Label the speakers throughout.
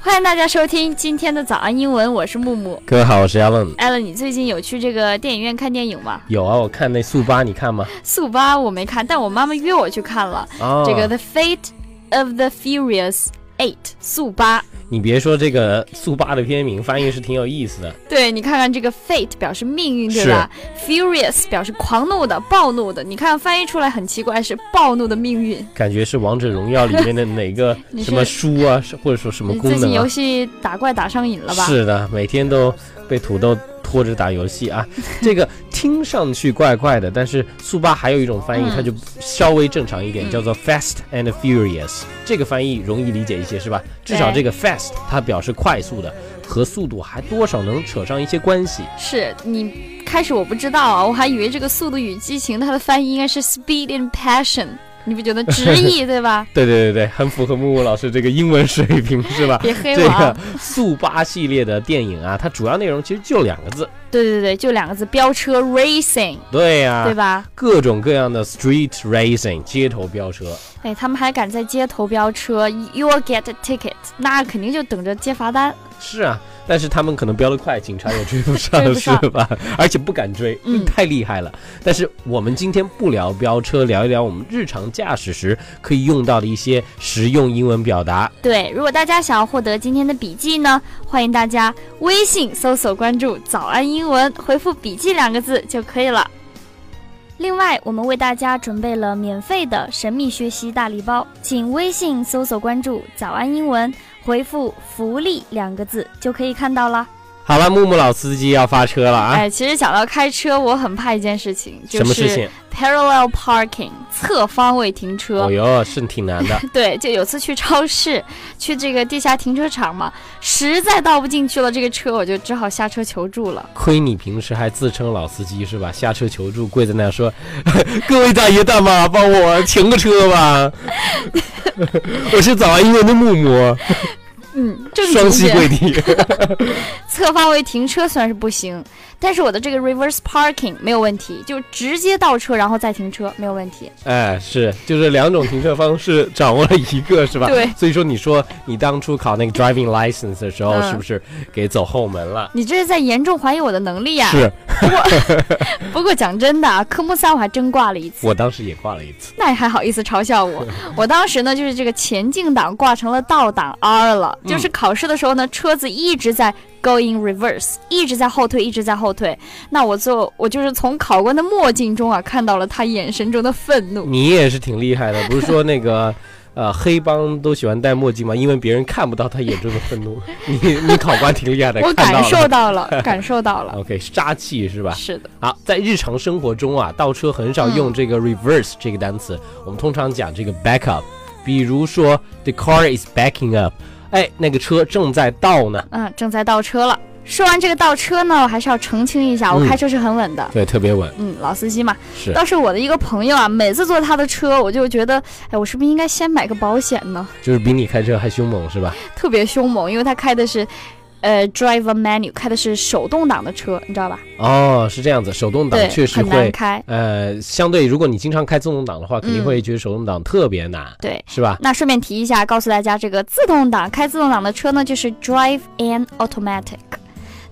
Speaker 1: 欢迎大家收听今天的早安英文，我是木木。
Speaker 2: 各位好，我是 Allen。
Speaker 1: 艾伦，你最近有去这个电影院看电影吗？
Speaker 2: 有啊，我看那速八，你看吗？
Speaker 1: 速八我没看，但我妈妈约我去看了。
Speaker 2: 啊
Speaker 1: 这个《The Fate of the Furious Eight》速八。
Speaker 2: 你别说这个速八的片名翻译是挺有意思的，
Speaker 1: 对你看看这个 fate 表示命运，对吧？Furious 表示狂怒的、暴怒的。你看翻译出来很奇怪，是暴怒的命运。
Speaker 2: 感觉是王者荣耀里面的哪个
Speaker 1: 你
Speaker 2: 什么
Speaker 1: 是
Speaker 2: 书啊，是或者说什么
Speaker 1: 你最
Speaker 2: 功
Speaker 1: 近
Speaker 2: 能
Speaker 1: 游
Speaker 2: 啊？
Speaker 1: 戏打怪打上瘾了吧？
Speaker 2: 是的，每天都被土豆拖着打游戏 啊。这个听上去怪怪的，但是速八还有一种翻译，
Speaker 1: 嗯
Speaker 2: 它就稍微正常一点，
Speaker 1: 嗯
Speaker 2: 叫做 Fast and Furious。这个翻译容易理解一些，是吧？至少
Speaker 1: 对
Speaker 2: 这个 Fast 它表示快速的，和速度还多少能扯上一些关系。
Speaker 1: 是你开始我不知道啊，我还以为这个《速度与激情》它的翻译应该是 Speed and Passion，你不觉得直译对吧？
Speaker 2: 对对对对，很符合木木老师这个英文水平，是吧？
Speaker 1: 别黑
Speaker 2: 这
Speaker 1: 我啊
Speaker 2: 个！速八系列的电影啊，它主要内容其实就两个字，
Speaker 1: 对对对，就两个字，飙车 racing，、
Speaker 2: 对呀、
Speaker 1: 对吧？
Speaker 2: 各种各样的 street racing 街头飙车，
Speaker 1: 哎，他们还敢在街头飙车，you'll get a ticket，那肯定就等着接罚单。
Speaker 2: 是啊，但是他们可能飙得快，警察也追不
Speaker 1: 追
Speaker 2: 上，
Speaker 1: 不
Speaker 2: 是
Speaker 1: 上
Speaker 2: 吧？而且不敢追，
Speaker 1: 嗯
Speaker 2: 太厉害了。但是我们今天不聊飙车，聊一聊我们日常驾驶时可以用到的一些实用英文表达。
Speaker 1: 对，如果大家想要获得今天的笔记呢，欢迎大家微信搜索关注“早安英文”，回复“笔记”两个字就可以了。另外，我们为大家准备了免费的神秘学习大礼包，请微信搜索关注“早安英文”，回复“福利”两个字就可以看到了。
Speaker 2: 好了，木木老司机要发车了啊！
Speaker 1: 哎，其实讲到开车，我很怕一件事情，就
Speaker 2: 什么事
Speaker 1: 是
Speaker 2: 情？
Speaker 1: parallel parking 侧方位停车。
Speaker 2: 哦哟，是挺难的。
Speaker 1: 对，就有次去超市， 去这个地下停车场嘛，实在倒不进去了，这个车我就只好下车求助了。
Speaker 2: 亏你平时还自称老司机是吧？下车求助，跪在那儿说：“ 各位大爷大妈，帮我停个车吧！” 我是早安英文的木木，
Speaker 1: 嗯，正
Speaker 2: 双
Speaker 1: 经
Speaker 2: 膝
Speaker 1: 点，
Speaker 2: 跪地。
Speaker 1: 侧方位停车虽然是不行，但是我的这个 reverse parking 没有问题，就直接倒车然后再停车没有问题。
Speaker 2: 哎，是，就是两种停车方式掌握了一个，是吧？
Speaker 1: 对
Speaker 2: 所以说，你说你当初考那个 driving license 的时候，
Speaker 1: 嗯
Speaker 2: 是不是给走后门了？
Speaker 1: 你这是在严重怀疑我的能力呀、
Speaker 2: 是
Speaker 1: 不过讲真的啊，科目三我还真挂了一次，
Speaker 2: 我当时也挂了一次。
Speaker 1: 那你还好意思嘲笑我？我当时呢就是这个前进档挂成了倒档 R 了，
Speaker 2: 嗯
Speaker 1: 就是考试的时候呢，车子一直在 going reverse，一直在后退，一直在后退。那我就我就是从考官的墨镜中啊，看到了他眼神中的愤怒。
Speaker 2: 你也是挺厉害的，不是说那个。 呃，黑帮都喜欢戴墨镜嘛，因为别人看不到他眼中的愤怒。 你你考官挺厉害的，
Speaker 1: 我
Speaker 2: 看
Speaker 1: 感
Speaker 2: 到了
Speaker 1: 受到了， 感受到了，
Speaker 2: OK，杀气是吧？
Speaker 1: 是的，
Speaker 2: 好，在日常生活中啊，倒车很少
Speaker 1: 嗯
Speaker 2: 用这个 reverse 这个单词，我们通常讲这个 back up。比如说，the car is backing up，哎，那个车正在倒呢。
Speaker 1: 嗯，正在倒车了。说完这个倒车呢，我还是要澄清一下，我
Speaker 2: 嗯
Speaker 1: 开车是很稳的。
Speaker 2: 对，特别稳，
Speaker 1: 嗯，老司机嘛，
Speaker 2: 是
Speaker 1: 倒是我的一个朋友啊，每次坐他的车，我就觉得，哎，我是不是应该先买个保险呢？
Speaker 2: 就是比你开车还凶猛是吧？
Speaker 1: 特别凶猛，因为他开的是，呃，driver menu，开的是手动挡的车，你知道吧？
Speaker 2: 哦，是这样子，手动挡
Speaker 1: 对，
Speaker 2: 确实
Speaker 1: 很难
Speaker 2: 会，
Speaker 1: 开。
Speaker 2: 呃，相对如果你经常开自动挡的话，肯定会觉得手动挡特别难，
Speaker 1: 嗯对，
Speaker 2: 是吧？
Speaker 1: 那顺便提一下，告诉大家，这个自动挡开自动挡的车呢，就是 drive and automatic。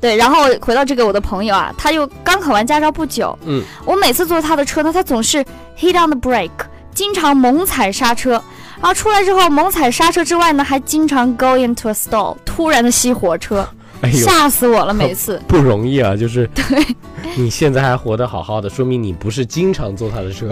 Speaker 1: 对，然后回到这个我的朋友啊，他又刚考完驾照不久，
Speaker 2: 嗯，
Speaker 1: 我每次坐他的车呢，他总是 hit on the brake，经常猛踩刹车，然后出来之后猛踩刹车之外呢，还经常 go into a stall，突然的熄火车，
Speaker 2: 哎呦，
Speaker 1: 吓死我了，每次。
Speaker 2: 不容易啊，就是 你现在还活得好好的，说明你不是经常坐他的车。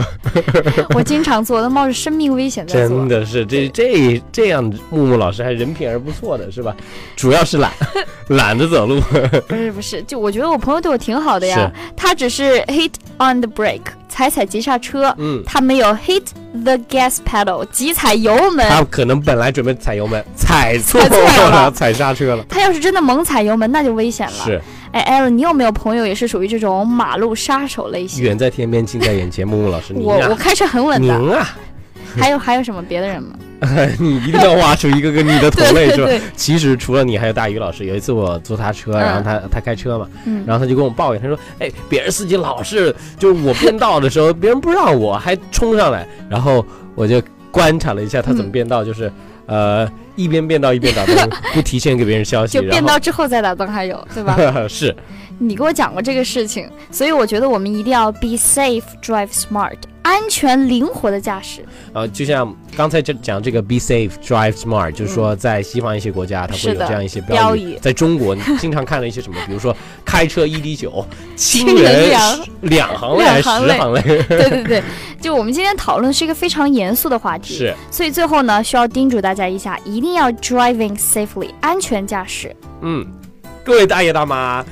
Speaker 1: 我经常做，都冒着生命危险在做
Speaker 2: 真。的是这这这样，木木老师还人品而不错的是吧？主要是懒， 懒得走路。
Speaker 1: 不是不是，就我觉得我朋友对我挺好的呀
Speaker 2: 是，
Speaker 1: 他只是 hit on the brake，踩踩急刹车，
Speaker 2: 嗯，
Speaker 1: 他没有 hit the gas pedal，急踩油门。
Speaker 2: 他可能本来准备踩油门，踩错
Speaker 1: 踩错了
Speaker 2: 了， 踩刹车了。
Speaker 1: 他要是真的猛踩油门，那就危险了。
Speaker 2: 是，
Speaker 1: 哎，艾伦，你有没有朋友也是属于这种马路杀手类型？
Speaker 2: 远在天边，近在眼前。木木老师，您
Speaker 1: 我我
Speaker 2: 啊，
Speaker 1: 开车很稳
Speaker 2: 您
Speaker 1: 的。
Speaker 2: 啊，
Speaker 1: 还有还有什么别的人吗？
Speaker 2: 你一定要挖出一个个你的同
Speaker 1: 对
Speaker 2: 类
Speaker 1: 对
Speaker 2: 是吧？
Speaker 1: 对，
Speaker 2: 其实除了你，还有大宇老师。有一次我坐他车，然后他他开车嘛，
Speaker 1: 嗯，
Speaker 2: 然后他就跟我抱怨，他说：“哎，别人司机老是就是我变道的时候，别人不让我还冲上来。”然后我就观察了一下他怎么变道，就是呃一边变道一边打灯，不提前给别人消 息，
Speaker 1: 就
Speaker 2: 然
Speaker 1: 变
Speaker 2: 后
Speaker 1: 道之后再打灯还有，对吧？
Speaker 2: 是
Speaker 1: 你给我讲过这个事情，所以我觉得我们一定要 be safe, drive smart，安全灵活的驾 驶。
Speaker 2: 呃，就像刚才这讲这个 be safe drive smart，就是说在西方一些国家它会
Speaker 1: 是
Speaker 2: 有
Speaker 1: 的
Speaker 2: 这样一些
Speaker 1: 标
Speaker 2: 语，
Speaker 1: 语
Speaker 2: 在中国你经常看到一些什么，比如说开车一 滴九，亲
Speaker 1: 亲人
Speaker 2: 人
Speaker 1: 两
Speaker 2: 十两行泪
Speaker 1: 两
Speaker 2: 还是
Speaker 1: 行
Speaker 2: 十
Speaker 1: 泪
Speaker 2: 行泪，
Speaker 1: 对对对，就我们今天讨论是一个非常严肃的话题，
Speaker 2: 是
Speaker 1: 所以最后呢，需要叮嘱大家一下，一定要 driving safely，安全驾驶。
Speaker 2: 嗯，各位大爷大妈，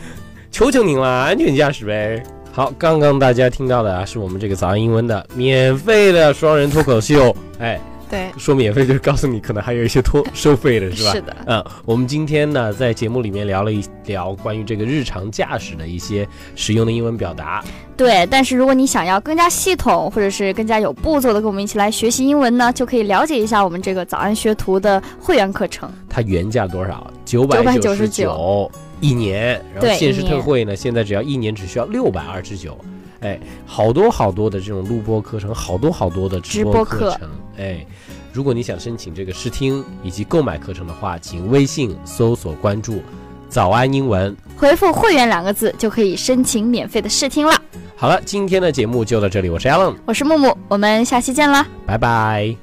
Speaker 2: 求求您了，安全驾驶呗。好，刚刚大家听到的啊，是我们这个早安英文的免费的双人脱口秀。 哎，
Speaker 1: 对，
Speaker 2: 说免费就是告诉你，可能还有一些脱收费的是吧？
Speaker 1: 的，
Speaker 2: 嗯，我们今天呢，在节目里面聊了一聊关于这个日常驾驶的一些使用的英文表达。
Speaker 1: 对。但是如果你想要更加系统，或者是更加有步骤的跟我们一起来学习英文呢，就可以了解一下我们这个早安学徒的会员课程。
Speaker 2: 它原价多少？九九十
Speaker 1: 999
Speaker 2: 九一年，然后
Speaker 1: 对
Speaker 2: 限时
Speaker 1: 一年
Speaker 2: 特惠呢，现在只要一年只需要六百二十九。哎，好多好多的这种录播课程，好多好多的直播
Speaker 1: 直播
Speaker 2: 课
Speaker 1: 课
Speaker 2: 程。哎，如果你想申请这个试听以及购买课程的话，请微信搜索关注“早安英文
Speaker 1: 回复“会员”两个字就可以申请免费的试听了。”。
Speaker 2: 好了，今天的节目就到这里，我是 Alan，
Speaker 1: 我是木木，我们下期见啦。
Speaker 2: 拜拜。